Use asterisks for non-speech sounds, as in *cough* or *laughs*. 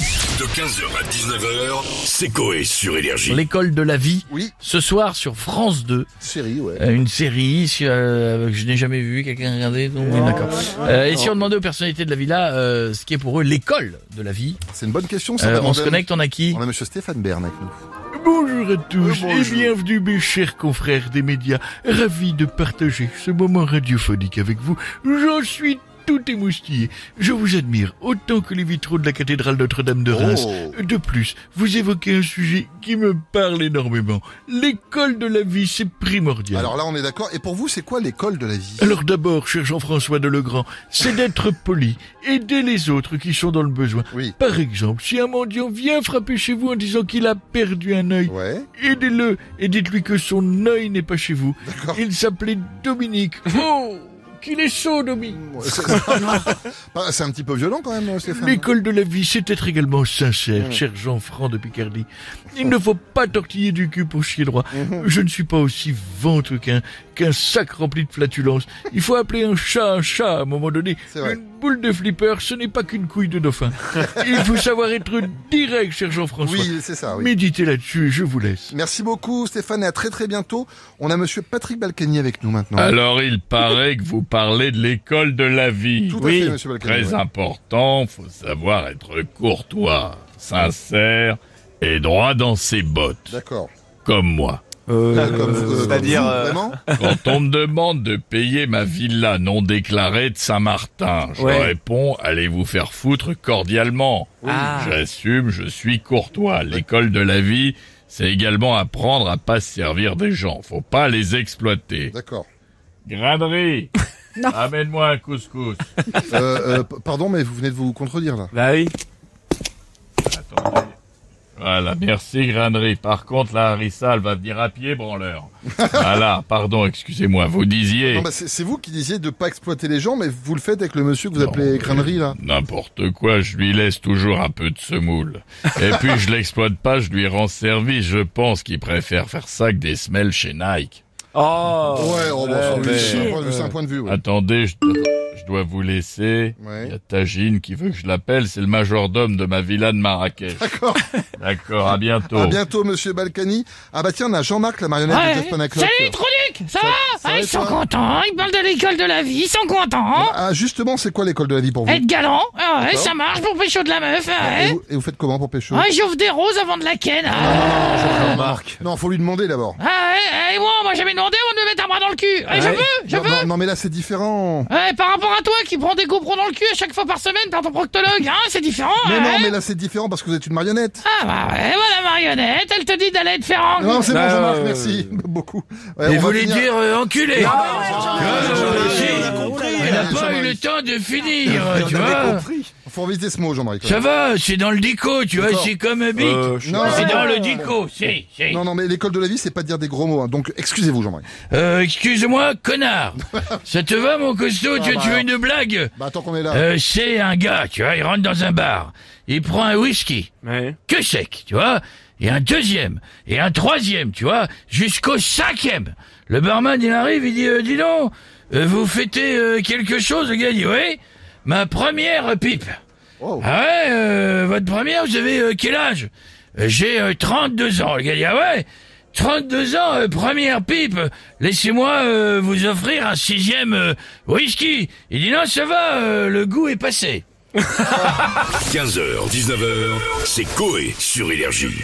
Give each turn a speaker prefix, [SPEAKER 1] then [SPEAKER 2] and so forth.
[SPEAKER 1] De 15h à 19h, c'est Coé sur Énergie.
[SPEAKER 2] L'école de la vie.
[SPEAKER 3] Oui.
[SPEAKER 2] Ce soir sur France 2,
[SPEAKER 3] Série, ouais.
[SPEAKER 2] euh, une série sur, euh, que je n'ai jamais vue, quelqu'un a regardé. non Oui, d'accord. Euh, et si on demandait aux personnalités de la villa euh, ce qui est pour eux l'école de la vie,
[SPEAKER 3] C'est une bonne question, ça.
[SPEAKER 2] euh,
[SPEAKER 3] madame.
[SPEAKER 2] on se connecte, on a qui
[SPEAKER 3] On a monsieur Stéphane Bern avec nous.
[SPEAKER 2] Bonjour à tous
[SPEAKER 3] Oui, bonjour.
[SPEAKER 2] et bienvenue mes chers confrères des médias. Ravi de partager ce moment radiophonique avec vous. J'en suis tout émoustillé. Je vous admire autant que les vitraux de la cathédrale Notre-Dame de Reims.
[SPEAKER 3] Oh.
[SPEAKER 2] De plus, vous évoquez un sujet qui me parle énormément. L'école de la vie, c'est primordial.
[SPEAKER 3] Alors là, on est d'accord. Et pour vous, c'est quoi l'école de la vie
[SPEAKER 2] Alors d'abord, cher Jean-François Delegrand, c'est d'être poli, aider les autres qui sont dans le besoin.
[SPEAKER 3] Oui.
[SPEAKER 2] Par exemple, si un mendiant vient frapper chez vous en disant qu'il a perdu un œil, *laughs*
[SPEAKER 3] Ouais.
[SPEAKER 2] aidez-le et dites-lui que son œil n'est pas chez vous.
[SPEAKER 3] D'accord.
[SPEAKER 2] Il s'appelait
[SPEAKER 3] *laughs*
[SPEAKER 2] Dominique. Oh, qu'il est chaud, Dominique
[SPEAKER 3] C'est Pas- Bah, c'est un petit peu violent quand même, euh, Stéphane.
[SPEAKER 2] L'école de la vie, c'est être également sincère,
[SPEAKER 3] Mm.
[SPEAKER 2] cher Jean-Franc de Picardie. Il ne faut pas tortiller du cul pour chier droit.
[SPEAKER 3] Mm-hmm.
[SPEAKER 2] Je ne suis pas aussi ventre qu'un qu'un sac rempli de flatulences. Il faut appeler un chat un chat à un moment donné.
[SPEAKER 3] C'est vrai.
[SPEAKER 2] Une boule de flipper, ce n'est pas qu'une couille de dauphin.
[SPEAKER 3] *laughs*
[SPEAKER 2] Il faut savoir être direct, cher Jean-François.
[SPEAKER 3] Oui, c'est ça, oui.
[SPEAKER 2] Méditez là-dessus et je vous laisse.
[SPEAKER 3] Merci beaucoup, Stéphane, et à très très bientôt. On a monsieur Patrick Balkany avec nous maintenant.
[SPEAKER 4] Alors il paraît que vous parlez de l'école de la vie.
[SPEAKER 3] Tout à Oui. fait, monsieur Balkany,
[SPEAKER 4] Très
[SPEAKER 3] ouais.
[SPEAKER 4] important, faut savoir être courtois, sincère et droit dans ses bottes,
[SPEAKER 3] D'accord.
[SPEAKER 4] comme moi.
[SPEAKER 3] Comme vous, euh,
[SPEAKER 5] c'est-à-dire,
[SPEAKER 3] comme vous,
[SPEAKER 5] euh,
[SPEAKER 3] Vraiment
[SPEAKER 4] Quand on me demande de payer ma villa non déclarée de Saint-Martin, je
[SPEAKER 5] Ouais.
[SPEAKER 4] réponds allez vous faire foutre cordialement.
[SPEAKER 3] Ah.
[SPEAKER 4] J'assume, je suis courtois. L'école de la vie, c'est également apprendre à pas se servir des gens. Faut pas les exploiter.
[SPEAKER 3] D'accord.
[SPEAKER 4] Graderie, amène-moi un couscous.
[SPEAKER 3] Euh, euh, p- pardon, mais vous venez de vous contredire là.
[SPEAKER 5] Bah oui.
[SPEAKER 4] Attendez. Voilà, merci Granerie. Par contre, la harissa, elle va venir à pied, branleur. voilà, pardon, excusez-moi, vous disiez
[SPEAKER 3] Non, bah, c'est c'est vous qui disiez de pas exploiter les gens, mais vous le faites avec le monsieur que vous
[SPEAKER 4] Non,
[SPEAKER 3] appelez
[SPEAKER 4] mais-
[SPEAKER 3] crânerie là.
[SPEAKER 4] n'importe quoi, je lui laisse toujours un peu de semoule. Et puis, je l'exploite pas, je lui rends service. Je pense qu'il préfère faire ça que des semelles chez Nike.
[SPEAKER 5] Oh.
[SPEAKER 3] Ouais, oh, bon, ça,
[SPEAKER 5] Ouais,
[SPEAKER 3] oui,
[SPEAKER 5] ouais.
[SPEAKER 3] c'est un point de vue- c'est un point de vue. ouais.
[SPEAKER 4] Attendez, je dois, je dois vous laisser.
[SPEAKER 3] Ouais.
[SPEAKER 4] Il y a Tagine qui veut que je l'appelle, c'est le majordome de ma villa de Marrakech.
[SPEAKER 3] D'accord.
[SPEAKER 4] D'accord, à bientôt.
[SPEAKER 3] À bientôt, monsieur Balkany. Ah bah tiens, on a Jean-Marc, la marionnette de Jeff Panaclock.
[SPEAKER 6] Salut Tronic, ça, va
[SPEAKER 3] ça
[SPEAKER 6] Ah,
[SPEAKER 3] va,
[SPEAKER 6] Ils
[SPEAKER 3] ça
[SPEAKER 6] sont
[SPEAKER 3] va
[SPEAKER 6] contents, ils parlent de l'école de la vie, ils sont contents.
[SPEAKER 3] Ah, justement, c'est quoi l'école de la vie pour vous
[SPEAKER 6] Être galant, ah ouais,
[SPEAKER 3] D'accord. Bah,
[SPEAKER 6] ça marche pour pécho de la meuf. ah
[SPEAKER 3] Et
[SPEAKER 6] ouais.
[SPEAKER 3] vous, et vous faites comment pour pécho
[SPEAKER 6] Ah, j'ouvre des roses avant de la ken. Ah,
[SPEAKER 3] Jean-Marc. Non, faut lui demander d'abord.
[SPEAKER 6] ah ouais, et moi, on m'a jamais demandé avant de me mettre un bras dans le cul. Ah, je
[SPEAKER 5] Ouais.
[SPEAKER 6] veux, je
[SPEAKER 3] Non,
[SPEAKER 6] veux.
[SPEAKER 3] non, non, mais là, c'est différent.
[SPEAKER 6] Ouais, par rapport à toi qui prends des GoPros dans le cul à chaque fois par semaine par ton proctologue, hein, c'est différent.
[SPEAKER 3] Mais
[SPEAKER 6] ah
[SPEAKER 3] non,
[SPEAKER 6] ouais.
[SPEAKER 3] mais là, c'est différent parce que vous êtes une marionnette.
[SPEAKER 6] Ah bah ouais, voilà marionnette, elle te dit d'aller te faire engueuler.
[SPEAKER 3] Non, c'est bon,
[SPEAKER 5] Bah,
[SPEAKER 3] Jean-Marc,
[SPEAKER 5] euh,
[SPEAKER 3] merci. *laughs* Beaucoup. Ouais,
[SPEAKER 2] Et
[SPEAKER 3] on
[SPEAKER 2] vous
[SPEAKER 3] va
[SPEAKER 2] voulez
[SPEAKER 3] finir- Ah,
[SPEAKER 2] dire euh, enculé On n'a
[SPEAKER 3] Jean-Marie.
[SPEAKER 2] pas eu le temps de finir, tu
[SPEAKER 3] avait
[SPEAKER 2] vois.
[SPEAKER 3] Faut éviter ce mot, Jean-Marie. quand
[SPEAKER 2] Ça
[SPEAKER 3] même.
[SPEAKER 2] va, c'est dans le déco, tu vois,
[SPEAKER 3] D'accord.
[SPEAKER 2] c'est comme un bit.
[SPEAKER 3] Non,
[SPEAKER 2] c'est
[SPEAKER 3] non,
[SPEAKER 2] dans
[SPEAKER 3] non,
[SPEAKER 2] le
[SPEAKER 3] non,
[SPEAKER 2] déco, c'est, c'est.
[SPEAKER 3] Non, non, mais l'école de la vie, c'est pas dire des gros mots. hein. Donc, excusez-vous, Jean-Marie.
[SPEAKER 2] Euh, excuse-moi,
[SPEAKER 3] *laughs*
[SPEAKER 2] connard. Ça te va, mon costaud, tu, tu veux une blague
[SPEAKER 3] Ah, Bah, attends qu'on est
[SPEAKER 5] Eh
[SPEAKER 3] là.
[SPEAKER 2] euh, C'est un gars, tu vois, il rentre dans un bar. Il prend un whisky,
[SPEAKER 5] Ouais.
[SPEAKER 2] que sec, tu vois. Et un deuxième, et un troisième, tu vois, jusqu'au cinquième. Le barman, il arrive, il dit, euh, dis donc, euh, vous fêtez euh, quelque chose Le gars il dit, oui, ma première pipe.
[SPEAKER 3] Oh.
[SPEAKER 2] Ah ouais, euh, votre première, vous avez euh, quel âge Euh, J'ai euh, 32 ans. Le gars dit, ah ouais 32 ans, euh, première pipe. Laissez-moi euh, vous offrir un sixième euh, whisky. Il dit, non, ça va, euh, le goût
[SPEAKER 1] *laughs*
[SPEAKER 2] est passé.
[SPEAKER 1] 15h, 19h, c'est Coé sur Énergie.